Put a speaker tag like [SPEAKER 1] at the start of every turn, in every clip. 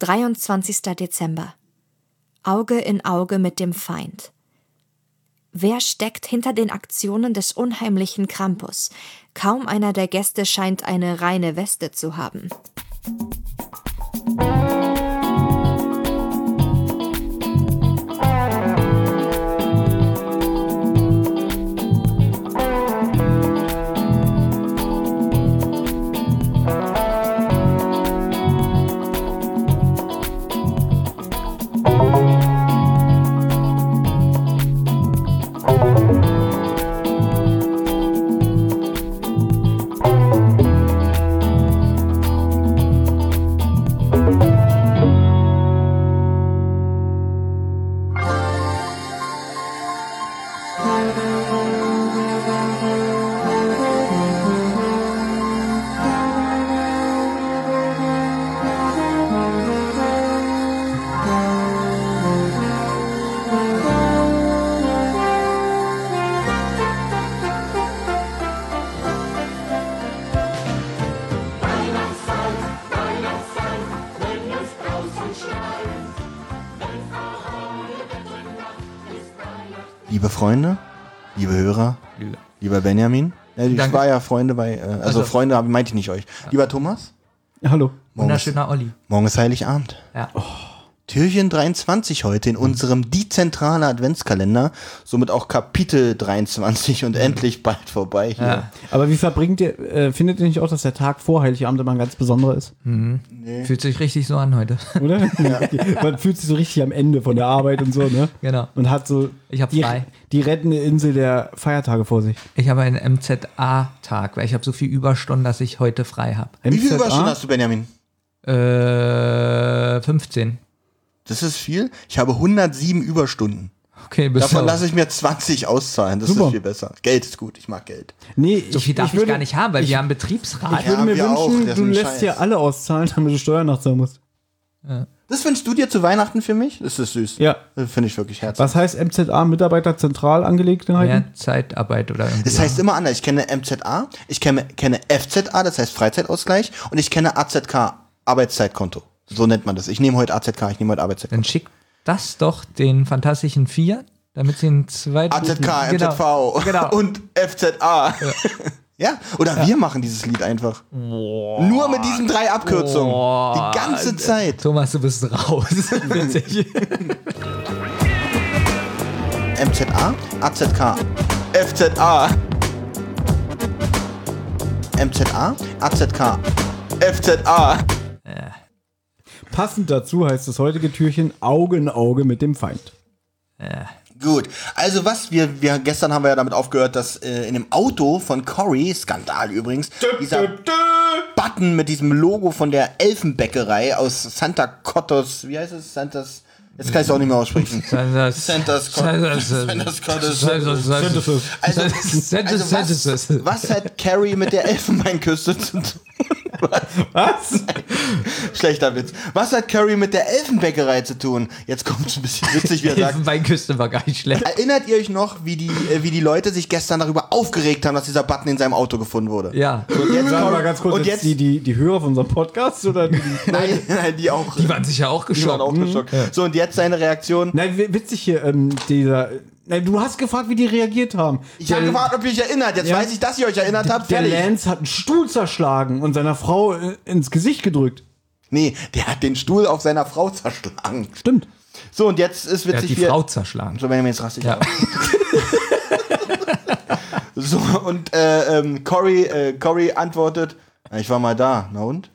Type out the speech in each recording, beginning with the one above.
[SPEAKER 1] 23. Dezember. Auge in Auge mit dem Feind. Wer steckt hinter den Aktionen des unheimlichen Krampus? Kaum einer der Gäste scheint eine reine Weste zu haben.
[SPEAKER 2] Liebe Freunde, liebe Hörer,
[SPEAKER 3] Lüge.
[SPEAKER 2] lieber Benjamin. Äh, ich
[SPEAKER 3] Danke.
[SPEAKER 2] war ja Freunde bei, äh, also,
[SPEAKER 3] Also.
[SPEAKER 2] Freunde hab- meinte ich nicht euch. Lieber Thomas,
[SPEAKER 4] Hallo.
[SPEAKER 2] morgen ist,
[SPEAKER 3] Wunderschöner Olli.
[SPEAKER 2] morgen ist Heiligabend. Oh.
[SPEAKER 3] Ja. Mhm.
[SPEAKER 2] Türchen 23 heute in unserem dezentralen Adventskalender, somit auch Kapitel 23 und endlich bald vorbei hier.
[SPEAKER 3] Mhm. Ja.
[SPEAKER 4] Aber wie verbringt ihr, äh, findet ihr nicht auch, dass der Tag vor Heiligabend immer ein ganz besonderer ist?
[SPEAKER 3] Hm. Fühlt sich richtig so an heute.
[SPEAKER 4] Oder? Man fühlt sich so richtig am Ende von der Arbeit und so, ne?
[SPEAKER 3] Genau.
[SPEAKER 4] Und hat so
[SPEAKER 3] Ich hab
[SPEAKER 4] die,
[SPEAKER 3] frei.
[SPEAKER 4] die rettende Insel der Feiertage vor sich.
[SPEAKER 3] Ich habe einen MZA-Tag, weil ich habe so viel Überstunden, dass ich heute frei habe.
[SPEAKER 2] Wie viel
[SPEAKER 4] MZA?
[SPEAKER 2] Überstunden hast du, Benjamin?
[SPEAKER 3] Äh, 15.
[SPEAKER 2] Das ist viel. Ich habe 107 Überstunden.
[SPEAKER 3] Okay, bis
[SPEAKER 2] Davon lasse ich mir 20 auszahlen. Das
[SPEAKER 4] Super.
[SPEAKER 2] ist viel besser. Geld ist gut. Ich mag Geld.
[SPEAKER 4] Nee,
[SPEAKER 3] So viel darf ich,
[SPEAKER 4] würde-
[SPEAKER 3] gar nicht haben, weil wir haben Betriebsrat.
[SPEAKER 4] Ich würde
[SPEAKER 2] Ja,
[SPEAKER 4] mir
[SPEAKER 2] wir auch.
[SPEAKER 4] wünschen,
[SPEAKER 2] Das ist
[SPEAKER 4] du
[SPEAKER 2] ein
[SPEAKER 4] lässt
[SPEAKER 2] Scheiß.
[SPEAKER 4] hier alle auszahlen, damit du Steuern nachzahlen musst.
[SPEAKER 2] Das wünschst du dir zu Weihnachten für mich? Das ist süß.
[SPEAKER 4] Ja.
[SPEAKER 2] Das Finde ich wirklich herzlich.
[SPEAKER 4] Was heißt MZA? Mitarbeiter zentral Angelegenheiten?
[SPEAKER 3] Mehr Zeitarbeit oder irgendwie.
[SPEAKER 2] Das heißt immer anders. Ich kenne MZA, ich kenne, kenne FZA, das heißt Freizeitausgleich, und ich kenne AZK, Arbeitszeitkonto. So nennt man das. Ich nehme heute AZK, ich nehme heute Arbeitszeitkonto.
[SPEAKER 3] Dann schickt das doch den fantastischen Vier, damit sie einen zweiten.
[SPEAKER 2] AZK,
[SPEAKER 3] Genau.
[SPEAKER 2] MZV
[SPEAKER 3] Genau.
[SPEAKER 2] und FZA. Ja. Oder wir machen dieses Lied einfach. Nur mit diesen drei Abkürzungen. Die ganze Zeit.
[SPEAKER 3] Thomas, du bist raus. Witzig.
[SPEAKER 2] MZA, AZK, FZA. MZA, AZK, FZA.
[SPEAKER 4] Passend dazu heißt das heutige Türchen Auge in Auge mit dem Feind.
[SPEAKER 2] Gut, also was wir, wir gestern haben wir ja damit aufgehört, dass äh, in dem Auto von Cory, Skandal übrigens, dieser Button mit diesem Logo von der Elfenbäckerei aus Santa Cottos, wie heißt es? Santas, jetzt kann ich es auch nicht mehr aussprechen. Santa Scott-
[SPEAKER 3] äh,
[SPEAKER 2] Santa Scott- Also, also was,
[SPEAKER 3] Sentences.
[SPEAKER 2] was hat Carrie mit der Elfenbeinküste zu tun?
[SPEAKER 4] Was?
[SPEAKER 2] Schlechter Witz. Was hat Carrie mit der Elfenbäckerei zu tun? Jetzt kommt es ein bisschen witzig, wie er sagt. Äh,
[SPEAKER 3] Elfenbeinküste war gar nicht schlecht.
[SPEAKER 2] Erinnert ihr euch noch, wie die, äh, wie die Leute sich gestern darüber aufgeregt haben, dass dieser Button in seinem Auto gefunden wurde?
[SPEAKER 3] Ja.
[SPEAKER 2] Und jetzt,
[SPEAKER 4] Sag mal
[SPEAKER 2] kommt-
[SPEAKER 4] ganz kurz,
[SPEAKER 2] und
[SPEAKER 4] jetzt
[SPEAKER 2] jetzt
[SPEAKER 4] die, die, die Hörer von unserem Podcast oder die, die
[SPEAKER 2] nein, nein, die auch.
[SPEAKER 3] Die waren sicher auch
[SPEAKER 2] die waren
[SPEAKER 3] geschockt.
[SPEAKER 2] auch geschockt. So, und jetzt seine Reaktion.
[SPEAKER 4] Nein, wi- witzig hier, ähm, dieser. Nein, du hast gefragt, wie die reagiert haben.
[SPEAKER 2] Ich habe gefragt, ob ihr euch erinnert. Jetzt
[SPEAKER 4] Ja.
[SPEAKER 2] weiß ich, dass ihr euch erinnert habt.
[SPEAKER 4] der
[SPEAKER 2] Fertig.
[SPEAKER 4] Lance hat einen Stuhl zerschlagen und seiner Frau äh, ins Gesicht gedrückt.
[SPEAKER 2] Nee, der hat den Stuhl auf seiner Frau zerschlagen.
[SPEAKER 4] Stimmt.
[SPEAKER 2] So, und jetzt ist
[SPEAKER 3] Er hat
[SPEAKER 2] witzig
[SPEAKER 3] die
[SPEAKER 2] hier.
[SPEAKER 3] Frau zerschlagen.
[SPEAKER 2] So, Benjamin, jetzt raste ich
[SPEAKER 3] Ja.
[SPEAKER 2] ab. So, und äh, ähm, Cory, äh, Cory antwortet, "Na, ich war mal da. Na und?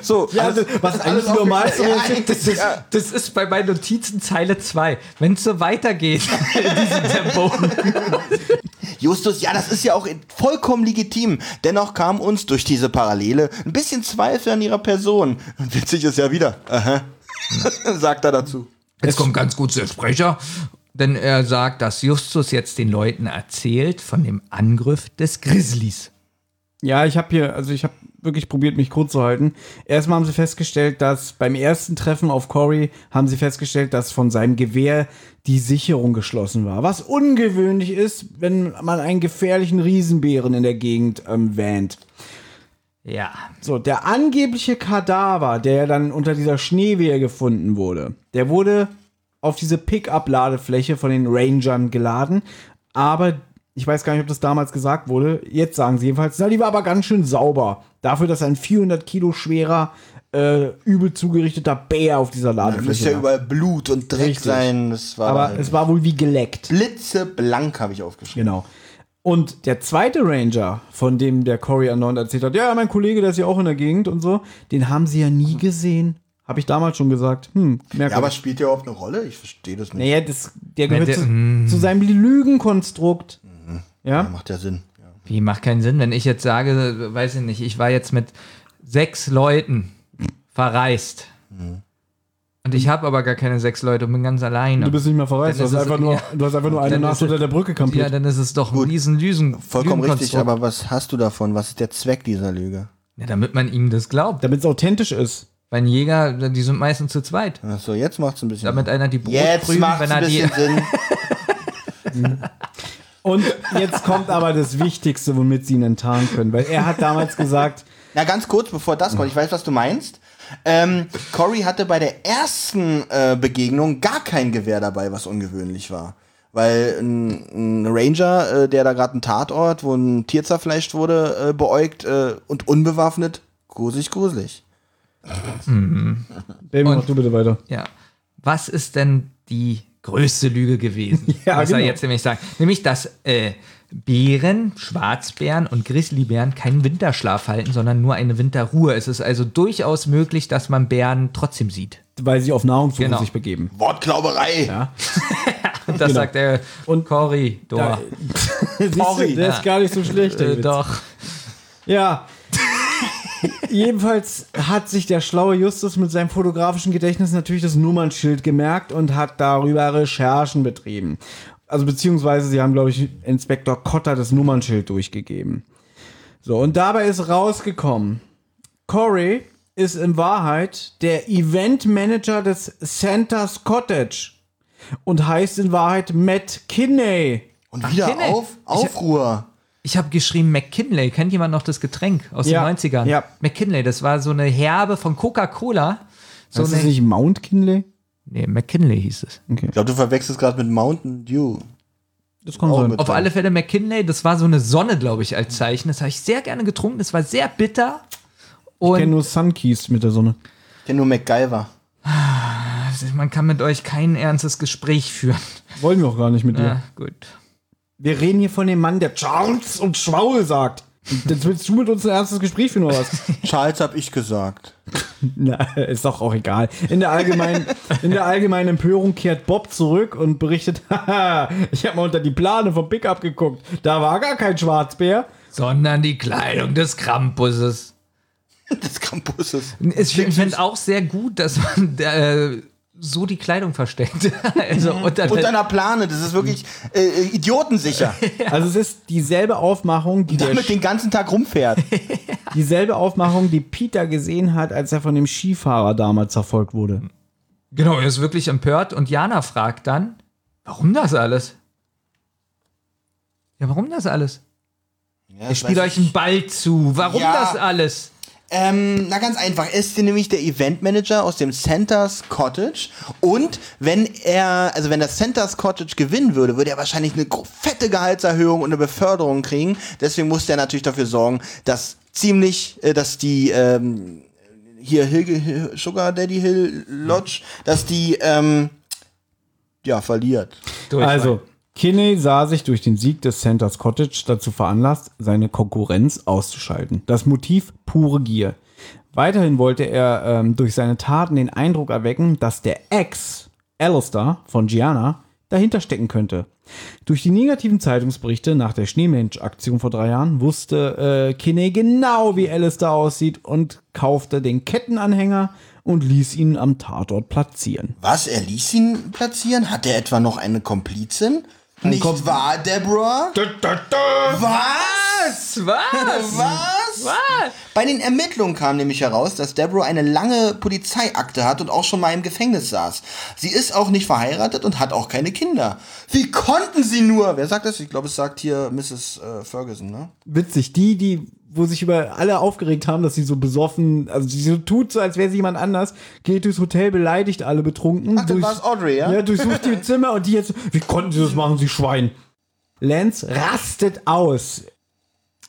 [SPEAKER 2] So,
[SPEAKER 4] Ja, also, was eigentlich die normalste
[SPEAKER 2] aufgeklärt.
[SPEAKER 4] Reaktion-
[SPEAKER 2] Ja,
[SPEAKER 3] Das ist, das ist bei meinen Notizen Zeile 2. Wenn es so weitergeht in diesem Tempo.
[SPEAKER 2] Justus, ja, das ist ja auch vollkommen legitim. Dennoch kam uns durch diese Parallele ein bisschen Zweifel an ihrer Person. Und witzig ist ja wieder, aha, sagt er dazu.
[SPEAKER 3] Jetzt kommt ganz gut der Sprecher. Denn er sagt, dass Justus jetzt den Leuten erzählt von dem Angriff des Grizzlies.
[SPEAKER 4] Ja, ich habe hier, also ich habe wirklich probiert, mich kurz zu halten. Erstmal haben sie festgestellt, dass beim ersten Treffen auf Corey haben sie festgestellt, dass von seinem Gewehr die Sicherung geschlossen war. Was ungewöhnlich ist, wenn man einen gefährlichen Riesenbären in der Gegend ähm, wähnt.
[SPEAKER 3] Ja.
[SPEAKER 4] So, der angebliche Kadaver, der ja dann unter dieser Schneewehe gefunden wurde, der wurde auf diese Pickup-Ladefläche von den Rangern geladen. Aber ich weiß gar nicht, ob das damals gesagt wurde. Jetzt sagen sie jedenfalls, na, die war aber ganz schön sauber. Dafür, dass ein 400 Kilo schwerer, äh, übel zugerichteter Bär auf dieser
[SPEAKER 2] Da müsste
[SPEAKER 4] Ladefläche
[SPEAKER 2] ja
[SPEAKER 4] lag.
[SPEAKER 2] überall Blut und Dreck
[SPEAKER 4] genau. Richtig.
[SPEAKER 2] sein. Das war
[SPEAKER 4] Aber es war wohl wie geleckt.
[SPEAKER 2] blitzeblank, habe ich aufgeschrieben.
[SPEAKER 4] Genau. Und der zweite Ranger, von dem der Corey erneut erzählt hat, ja, mein Kollege, der ist ja auch in der Gegend und so, den haben sie ja nie gesehen. Habe ich damals schon gesagt. Hm, merkwürdig.
[SPEAKER 2] Ja, aber spielt ja überhaupt eine Rolle? Ich verstehe das nicht.
[SPEAKER 4] naja, das, der gehört
[SPEAKER 3] der- Mhm.
[SPEAKER 4] zu, zu seinem Lügenkonstrukt.
[SPEAKER 2] Ja,
[SPEAKER 4] Ja?
[SPEAKER 2] macht ja Sinn. Ja.
[SPEAKER 3] Wie macht keinen Sinn, wenn ich jetzt sage, weiß ich nicht, ich war jetzt mit sechs Leuten verreist.
[SPEAKER 4] Mhm.
[SPEAKER 3] Und ich habe aber gar keine sechs Leute und bin ganz alleine.
[SPEAKER 4] Du bist nicht mehr verreist. Du
[SPEAKER 3] Dann
[SPEAKER 4] hast,
[SPEAKER 3] ist es-
[SPEAKER 4] einfach nur,
[SPEAKER 3] ja.
[SPEAKER 4] du hast einfach nur eine
[SPEAKER 3] Dann
[SPEAKER 4] Nacht
[SPEAKER 3] ist es-
[SPEAKER 4] unter der Brücke
[SPEAKER 3] ja,
[SPEAKER 4] kampiert.
[SPEAKER 3] dann ist es doch ein riesen Lüsen.
[SPEAKER 2] Vollkommen richtig,
[SPEAKER 3] Lügenkonstrukt.
[SPEAKER 2] aber was hast du davon? Was ist der Zweck dieser Lüge?
[SPEAKER 3] Ja, damit man ihm das glaubt.
[SPEAKER 4] Damit es authentisch ist.
[SPEAKER 3] Weil ein Jäger, die sind meistens zu zweit.
[SPEAKER 2] Achso, jetzt macht's ein bisschen
[SPEAKER 3] Damit einer die Brot
[SPEAKER 2] Jetzt
[SPEAKER 3] prügelt,
[SPEAKER 2] macht's
[SPEAKER 3] wenn
[SPEAKER 2] ein
[SPEAKER 3] er die.
[SPEAKER 2] bisschen Sinn.
[SPEAKER 4] Und jetzt kommt aber das Wichtigste, womit sie ihn enttarnen können. Weil er hat damals gesagt,
[SPEAKER 2] Na, ganz kurz, bevor das kommt, ich weiß, was du meinst. Ähm, Corey hatte bei der ersten äh, Begegnung gar kein Gewehr dabei, was ungewöhnlich war. Weil ein, ein Ranger, äh, der da gerade einen Tatort, wo ein Tier zerfleischt wurde, äh, beäugt äh, und unbewaffnet, gruselig, gruselig.
[SPEAKER 4] Baby, mach du bitte weiter.
[SPEAKER 3] Ja. Was ist denn die größte Lüge gewesen?
[SPEAKER 4] Ja,
[SPEAKER 3] was er
[SPEAKER 4] genau.
[SPEAKER 3] jetzt nämlich sagt. Nämlich, dass äh, Bären, Schwarzbären und Grizzlybären keinen Winterschlaf halten, sondern nur eine Winterruhe. Es ist also durchaus möglich, dass man Bären trotzdem sieht.
[SPEAKER 4] Weil sie auf Nahrungssuche
[SPEAKER 3] Genau.
[SPEAKER 4] sich begeben.
[SPEAKER 2] Wortklauberei!
[SPEAKER 3] Und das
[SPEAKER 4] Genau.
[SPEAKER 3] sagt der
[SPEAKER 4] Und
[SPEAKER 3] Cory.
[SPEAKER 4] Da-
[SPEAKER 3] Dor.
[SPEAKER 4] Siehst
[SPEAKER 2] Sorry.
[SPEAKER 4] du, der ist gar nicht so schlecht. der
[SPEAKER 3] Äh,
[SPEAKER 4] Witz.
[SPEAKER 3] doch.
[SPEAKER 4] Ja. Jedenfalls hat sich der schlaue Justus mit seinem fotografischen Gedächtnis natürlich das Nummernschild gemerkt und hat darüber Recherchen betrieben. Also beziehungsweise sie haben, glaube ich, Inspektor Kotter das Nummernschild durchgegeben. So, und dabei ist rausgekommen, Corey ist in Wahrheit der Eventmanager des Santa's Cottage und heißt in Wahrheit Matt Kinney.
[SPEAKER 2] Und wieder
[SPEAKER 3] Kimmel.
[SPEAKER 2] auf, Aufruhr.
[SPEAKER 3] Ich habe geschrieben McKinley. Kennt jemand noch das Getränk aus
[SPEAKER 4] Ja.
[SPEAKER 3] den 90ern?
[SPEAKER 4] Ja.
[SPEAKER 3] McKinley, das war so eine Herbe von Coca-Cola. So
[SPEAKER 4] Ist das
[SPEAKER 3] eine,
[SPEAKER 4] nicht Mount Kinley?
[SPEAKER 3] nee, McKinley hieß es.
[SPEAKER 2] Ich glaube, du verwechselst gerade mit Mountain Dew.
[SPEAKER 4] Das kann
[SPEAKER 2] Auch
[SPEAKER 4] sein.
[SPEAKER 2] mit-
[SPEAKER 3] Auf alle Fälle McKinley, das war so eine Sonne, glaube ich, als Zeichen. Das habe ich sehr gerne getrunken. Das war sehr bitter.
[SPEAKER 4] Ich kenne
[SPEAKER 3] Und
[SPEAKER 4] nur Sunkeys mit der Sonne.
[SPEAKER 2] Ich kenn nur MacGyver.
[SPEAKER 3] man kann mit euch kein ernstes Gespräch führen.
[SPEAKER 4] Wollen wir auch gar nicht mit dir.
[SPEAKER 3] Ja, gut.
[SPEAKER 4] Wir reden hier von dem Mann, der Charles und Schwaul sagt. Jetzt willst du mit uns ein erstes Gespräch führen oder was?
[SPEAKER 2] Charles hab ich gesagt.
[SPEAKER 4] Na, ist doch auch egal. In der allgemeinen, in der allgemeinen Empörung kehrt Bob zurück und berichtet, haha, ich habe mal unter die Plane vom Pickup geguckt. Da war gar kein Schwarzbär.
[SPEAKER 3] Sondern die Kleidung des Krampuses.
[SPEAKER 2] Das Campus ist.
[SPEAKER 3] Ich finde auch sehr gut, dass man äh, so die Kleidung versteckt. also
[SPEAKER 4] Mhm.
[SPEAKER 3] unter,
[SPEAKER 2] Unter
[SPEAKER 3] der,
[SPEAKER 2] einer Plane, das ist wirklich äh, idiotensicher.
[SPEAKER 4] Also es ist dieselbe Aufmachung, die der
[SPEAKER 2] Damit den ganzen Tag rumfährt.
[SPEAKER 4] dieselbe Aufmachung, die Peter gesehen hat, als er von dem Skifahrer damals verfolgt wurde.
[SPEAKER 3] Genau, er ist wirklich empört und Jana fragt dann, warum das alles? Ja, warum das alles?
[SPEAKER 2] Ja,
[SPEAKER 3] Ich spiele euch einen Ball zu. Warum
[SPEAKER 2] Ja.
[SPEAKER 3] das alles?
[SPEAKER 2] Ähm, na ganz einfach, er ist nämlich der Eventmanager aus dem Santa's Cottage und wenn er, also wenn das Santa's Cottage gewinnen würde, würde er wahrscheinlich eine gro- fette Gehaltserhöhung und eine Beförderung kriegen. Deswegen musste er natürlich dafür sorgen, dass ziemlich, äh, dass die ähm, hier Hill, Hill, Sugar Daddy Hill Lodge, dass die ähm, ja verliert.
[SPEAKER 3] Durchfall.
[SPEAKER 4] Also, Kinney sah sich durch den Sieg des Santa's Cottage dazu veranlasst, seine Konkurrenz auszuschalten. Das Motiv pure Gier. Weiterhin wollte er ähm, durch seine Taten den Eindruck erwecken, dass der Ex Alistair von Gianna dahinter stecken könnte. Durch die negativen Zeitungsberichte nach der Schneemensch-Aktion vor drei Jahren wusste äh, Kinney genau, wie Alistair aussieht und kaufte den Kettenanhänger und ließ ihn am Tatort platzieren.
[SPEAKER 2] Was? Er ließ ihn platzieren? Hat er etwa noch eine Komplizin? Nicht wahr, Deborah? Was?
[SPEAKER 3] was?
[SPEAKER 2] Was? Bei den Ermittlungen kam nämlich heraus, dass Deborah eine lange Polizeiakte hat und auch schon mal im Gefängnis saß. Sie ist auch nicht verheiratet und hat auch keine Kinder. Wie konnten sie nur? Wer sagt das? Ich glaube, es sagt hier Mrs. Äh, Ferguson, ne?
[SPEAKER 4] witzig, die, die, wo sich über alle aufgeregt haben, dass sie so besoffen, also sie so tut so, als wäre sie jemand anders, geht durchs Hotel, beleidigt alle betrunken.
[SPEAKER 2] Ach, das war's Audrey, ja?
[SPEAKER 4] Ja, durchsucht die Zimmer und die jetzt, wie konnten sie das machen, sie Schwein? Lance rastet aus.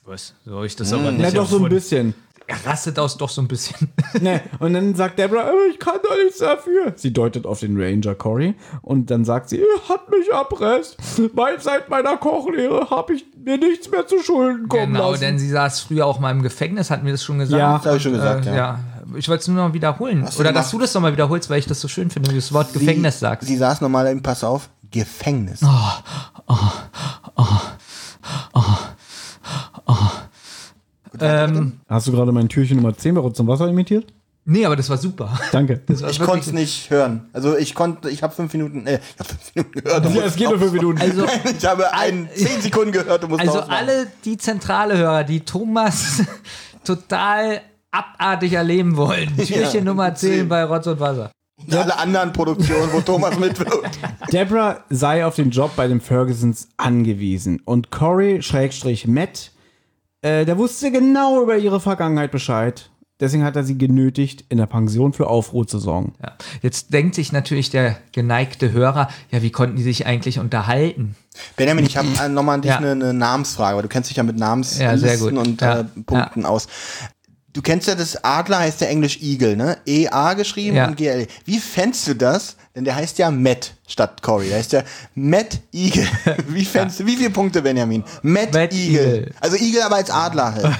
[SPEAKER 3] Was? So ich das
[SPEAKER 2] Hm.
[SPEAKER 3] aber nicht.
[SPEAKER 4] Na, doch so ein
[SPEAKER 3] empfunden.
[SPEAKER 4] bisschen.
[SPEAKER 3] Er rastet aus doch so ein bisschen.
[SPEAKER 4] Ne, und dann sagt Deborah, aber ich kann doch nichts dafür. Sie deutet auf den Ranger Cory und dann sagt sie, ihr habt mich erpresst. Weil seit meiner Kochlehre habe ich mir nichts mehr zu Schulden kommen
[SPEAKER 3] genau,
[SPEAKER 4] lassen.
[SPEAKER 3] denn sie saß früher auch mal im Gefängnis, hatten wir das schon gesagt.
[SPEAKER 4] Ja.
[SPEAKER 2] Das habe ich schon gesagt,
[SPEAKER 3] Äh,
[SPEAKER 2] ja.
[SPEAKER 3] ja. Ich wollte es nur noch wiederholen.
[SPEAKER 2] du
[SPEAKER 3] Oder
[SPEAKER 2] gemacht?
[SPEAKER 3] dass du das nochmal wiederholst, weil ich das so schön finde, wie du das Wort Gefängnis sagst. Oh,
[SPEAKER 2] Sie saß nochmal im Pass auf, Gefängnis.
[SPEAKER 3] oh.
[SPEAKER 4] Hast du gerade mein Türchen Nummer 10 bei zum Wasser imitiert?
[SPEAKER 3] Nee, aber das war super.
[SPEAKER 4] Danke.
[SPEAKER 3] Das war
[SPEAKER 2] ich
[SPEAKER 3] Also wirklich-
[SPEAKER 2] konnte es nicht hören. Also ich konnte, ich habe fünf Minuten, äh, ich habe fünf Minuten gehört. und
[SPEAKER 4] Ja,
[SPEAKER 2] musste
[SPEAKER 4] es geht nur fünf Minuten.
[SPEAKER 2] raus. ich habe einen zehn Sekunden gehört um und musste
[SPEAKER 3] Also
[SPEAKER 2] rausmachen.
[SPEAKER 3] alle die zentrale Hörer, die Thomas total abartig erleben wollen. Türchen Nummer 10 bei Rotz und Wasser.
[SPEAKER 2] Und alle anderen Produktionen, wo Thomas mitwirkt.
[SPEAKER 4] Deborah sei auf den Job bei den Fergusons angewiesen. Und Cory, Schrägstrich Matt, äh, der wusste genau über ihre Vergangenheit Bescheid. Deswegen hat er sie genötigt, in der Pension für Aufruhr zu sorgen.
[SPEAKER 3] Ja. Jetzt denkt sich natürlich der geneigte Hörer, ja, wie konnten die sich eigentlich unterhalten?
[SPEAKER 2] Benjamin, ich habe äh, nochmal an dich
[SPEAKER 3] Ja.
[SPEAKER 2] eine, eine Namensfrage, weil du kennst dich ja mit Namenslisten
[SPEAKER 3] Ja, sehr gut.
[SPEAKER 2] und
[SPEAKER 3] Ja.
[SPEAKER 2] äh, Punkten aus. Du kennst ja das Adler, heißt ja Englisch Eagle, ne? E-A geschrieben
[SPEAKER 3] Ja.
[SPEAKER 2] und G-L. Wie fändst du das? Denn der heißt ja Matt statt Corey. Der heißt ja Matt Eagle. Wie fändst du, wie viele Punkte, Benjamin? Matt,
[SPEAKER 3] Matt
[SPEAKER 2] Eagle.
[SPEAKER 3] Eagle.
[SPEAKER 2] Also Eagle, aber als Adler halt.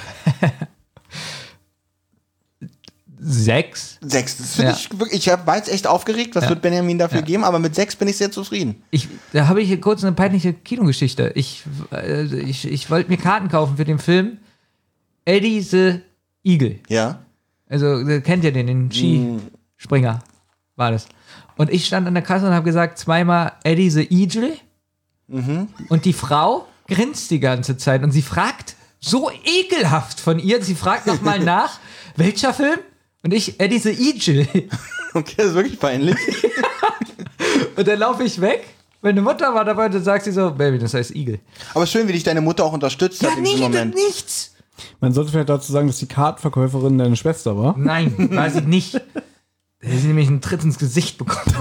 [SPEAKER 3] Sechs?
[SPEAKER 2] Sechs. Das finde
[SPEAKER 3] Ja.
[SPEAKER 2] ich wirklich, ich hab, war jetzt echt aufgeregt, was wird Benjamin dafür geben, aber mit sechs bin ich sehr zufrieden.
[SPEAKER 3] Ich, da habe ich hier kurz eine peinliche Kinogeschichte. Ich, äh, ich, ich wollte mir Karten kaufen für den Film Eddie the Eagle.
[SPEAKER 2] Ja.
[SPEAKER 3] Also äh, kennt ihr den, den
[SPEAKER 2] Mhm.
[SPEAKER 3] Skispringer war das. Und ich stand an der Kasse und habe gesagt, zweimal Eddie the Eagle.
[SPEAKER 2] Mhm.
[SPEAKER 3] Und die Frau grinst die ganze Zeit und sie fragt so ekelhaft von ihr, sie fragt nochmal nach, welcher Film? Und ich, Eddie the Eagle.
[SPEAKER 2] Okay, das ist wirklich peinlich.
[SPEAKER 3] Und dann laufe ich weg. Meine Mutter war dabei und dann sagt sie so, Baby, das heißt Igel.
[SPEAKER 2] aber schön, wie dich deine Mutter auch unterstützt hat in diesem Moment.
[SPEAKER 3] nichts.
[SPEAKER 4] Man sollte vielleicht dazu sagen, dass die Kartverkäuferin deine Schwester war.
[SPEAKER 3] Nein, weiß ich nicht. Da ist nämlich einen Tritt ins Gesicht bekommen.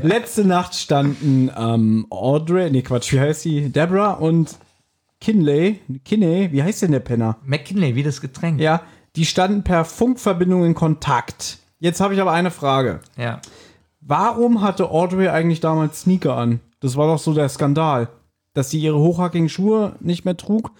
[SPEAKER 4] Letzte Nacht standen ähm, Audrey, nee Quatsch, wie heißt sie? Deborah und Kinley, Kinney, wie heißt denn der Penner?
[SPEAKER 3] McKinley, wie das Getränk.
[SPEAKER 4] Ja, die standen per Funkverbindung in Kontakt. Jetzt habe ich aber eine Frage.
[SPEAKER 3] ja.
[SPEAKER 4] Warum hatte Audrey eigentlich damals Sneaker an? Das war doch so der Skandal, dass sie ihre hochhackigen Schuhe nicht mehr trug.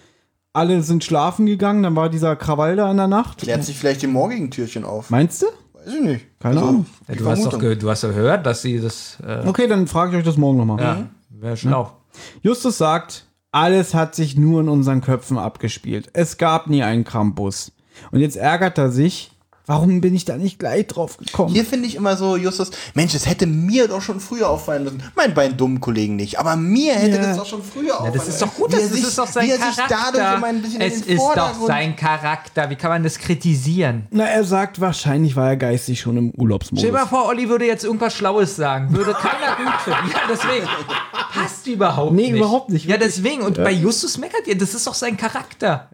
[SPEAKER 4] Alle sind schlafen gegangen, dann war dieser Krawall da in der Nacht.
[SPEAKER 2] Klärt sich vielleicht im morgigen Türchen auf.
[SPEAKER 4] Meinst du?
[SPEAKER 2] Weiß ich nicht.
[SPEAKER 4] Keine Ahnung.
[SPEAKER 3] Ja, du, hast doch
[SPEAKER 2] Vermutung.
[SPEAKER 3] ge du hast doch gehört, dass sie das. Äh,
[SPEAKER 4] Okay, dann frage ich euch das morgen nochmal.
[SPEAKER 3] ja, wäre schlau.
[SPEAKER 4] Justus sagt, alles hat sich nur in unseren Köpfen abgespielt. Es gab nie einen Krampus. Und jetzt ärgert er sich, warum bin ich da nicht gleich drauf gekommen?
[SPEAKER 2] Hier finde ich immer so, Justus, Mensch, es hätte mir doch schon früher auffallen müssen. Meinen beiden dummen Kollegen nicht, aber mir hätte
[SPEAKER 4] Ja.
[SPEAKER 2] das doch schon früher auffallen
[SPEAKER 3] Das ist doch gut,
[SPEAKER 2] wie er
[SPEAKER 3] das
[SPEAKER 2] sich,
[SPEAKER 3] ist doch sein
[SPEAKER 2] wie er sich dadurch immer
[SPEAKER 3] Charakter.
[SPEAKER 2] ein bisschen
[SPEAKER 3] Es
[SPEAKER 2] in den
[SPEAKER 3] ist doch
[SPEAKER 2] Vordergrund
[SPEAKER 3] sein Charakter. Wie kann man das kritisieren?
[SPEAKER 4] Na, er sagt, wahrscheinlich war er geistig schon im
[SPEAKER 3] Stell dir mal
[SPEAKER 4] Urlaubsmodus.
[SPEAKER 3] vor, Olli würde jetzt irgendwas Schlaues sagen. Würde keiner gut finden. Ja, deswegen. Passt überhaupt
[SPEAKER 4] Nee,
[SPEAKER 3] nicht.
[SPEAKER 4] überhaupt nicht,
[SPEAKER 3] Ja, deswegen. Und bei Justus meckert ihr, das ist doch sein Charakter.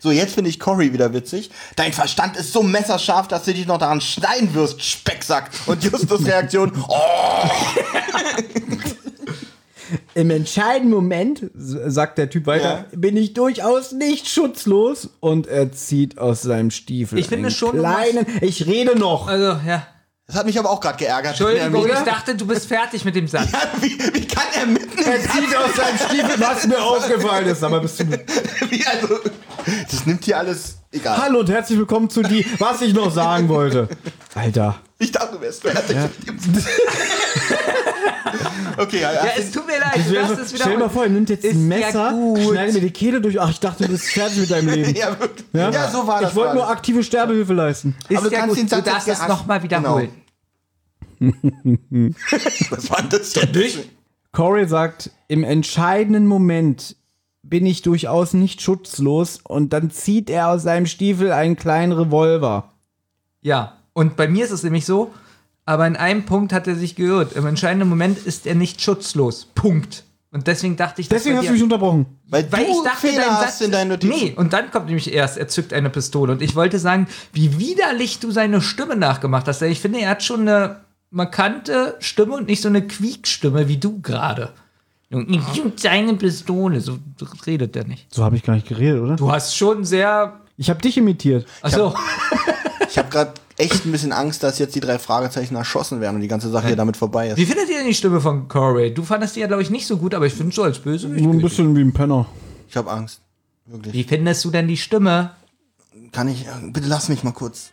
[SPEAKER 2] So, jetzt finde ich Cory wieder witzig. Dein Verstand ist so messerscharf, dass du dich noch daran schneiden wirst, Specksack. Und Justus Reaktion, oh,
[SPEAKER 4] Im entscheidenden Moment, s- sagt der Typ weiter, bin ich durchaus nicht schutzlos. Und er zieht aus seinem Stiefel
[SPEAKER 3] Ich finde
[SPEAKER 4] einen
[SPEAKER 3] schon, du
[SPEAKER 4] kleinen... Ich rede noch.
[SPEAKER 3] Also, ja.
[SPEAKER 2] das hat mich aber auch gerade geärgert.
[SPEAKER 3] Entschuldigung,
[SPEAKER 2] Benjamin.
[SPEAKER 3] ich dachte, du bist fertig mit dem Satz.
[SPEAKER 2] wie, wie kann er mitten im
[SPEAKER 4] Er zieht aus seinem Stiefel, was mir aufgefallen ist. Aber bist du...
[SPEAKER 2] Wie, also, das nimmt hier alles, egal.
[SPEAKER 4] Hallo und herzlich willkommen zu die, was ich noch sagen wollte. Alter.
[SPEAKER 2] Ich dachte, du wärst fertig. okay, ja,
[SPEAKER 3] Ja, es tut mir leid, du hast es wieder.
[SPEAKER 4] Stell dir mal vor, er nimmt jetzt
[SPEAKER 3] Ist
[SPEAKER 4] ein
[SPEAKER 3] ja
[SPEAKER 4] Messer,
[SPEAKER 3] gut.
[SPEAKER 4] schneidet mir die Kehle durch. Ach, ich dachte, du bist fertig mit deinem Leben.
[SPEAKER 2] ja, wirklich. ja, so war das.
[SPEAKER 4] Ich wollte
[SPEAKER 2] gerade.
[SPEAKER 4] nur aktive Sterbehilfe leisten.
[SPEAKER 3] Ist
[SPEAKER 2] aber du
[SPEAKER 3] ja
[SPEAKER 2] kannst
[SPEAKER 3] gut.
[SPEAKER 2] den Satz
[SPEAKER 3] du darfst
[SPEAKER 2] jetzt Genau. gehasst.
[SPEAKER 3] es nochmal wiederholen.
[SPEAKER 2] Was war denn das jetzt?
[SPEAKER 4] Corey sagt, im entscheidenden Moment bin ich durchaus nicht schutzlos und dann zieht er aus seinem Stiefel einen kleinen Revolver.
[SPEAKER 3] Ja, und bei mir ist es nämlich so, aber in einem Punkt hat er sich geirrt. Im entscheidenden Moment ist er nicht schutzlos. Punkt. Und deswegen dachte ich, dass
[SPEAKER 4] Deswegen
[SPEAKER 3] bei
[SPEAKER 4] hast
[SPEAKER 3] dir-
[SPEAKER 4] du mich unterbrochen.
[SPEAKER 2] Weil,
[SPEAKER 3] weil
[SPEAKER 2] du
[SPEAKER 3] ich dachte,
[SPEAKER 2] Fehler
[SPEAKER 3] dein Satz,
[SPEAKER 2] hast in deinen Notizen.
[SPEAKER 3] Nee, und dann kommt nämlich erst, er zückt eine Pistole. Und ich wollte sagen, wie widerlich du seine Stimme nachgemacht hast. Denn ich finde, er hat schon eine markante Stimme und nicht so eine Quiekstimme wie du gerade. Und ich zück Seine Pistole, so redet er nicht.
[SPEAKER 4] So habe ich gar nicht geredet, oder?
[SPEAKER 3] Du hast schon sehr.
[SPEAKER 4] Ich habe dich imitiert.
[SPEAKER 3] Achso,
[SPEAKER 2] Ich habe gerade echt ein bisschen Angst, dass jetzt die drei Fragezeichen erschossen werden und die ganze Sache hier damit vorbei ist.
[SPEAKER 3] wie findet ihr denn die Stimme von Corey? Du fandest die ja, glaube ich, nicht so gut, aber ich finde so als Bösewicht.
[SPEAKER 4] Nur ein
[SPEAKER 3] gut.
[SPEAKER 4] bisschen wie ein Penner.
[SPEAKER 2] Ich habe Angst. Wirklich.
[SPEAKER 3] Wie findest du denn die Stimme?
[SPEAKER 2] Kann ich. äh, Bitte lass mich mal kurz.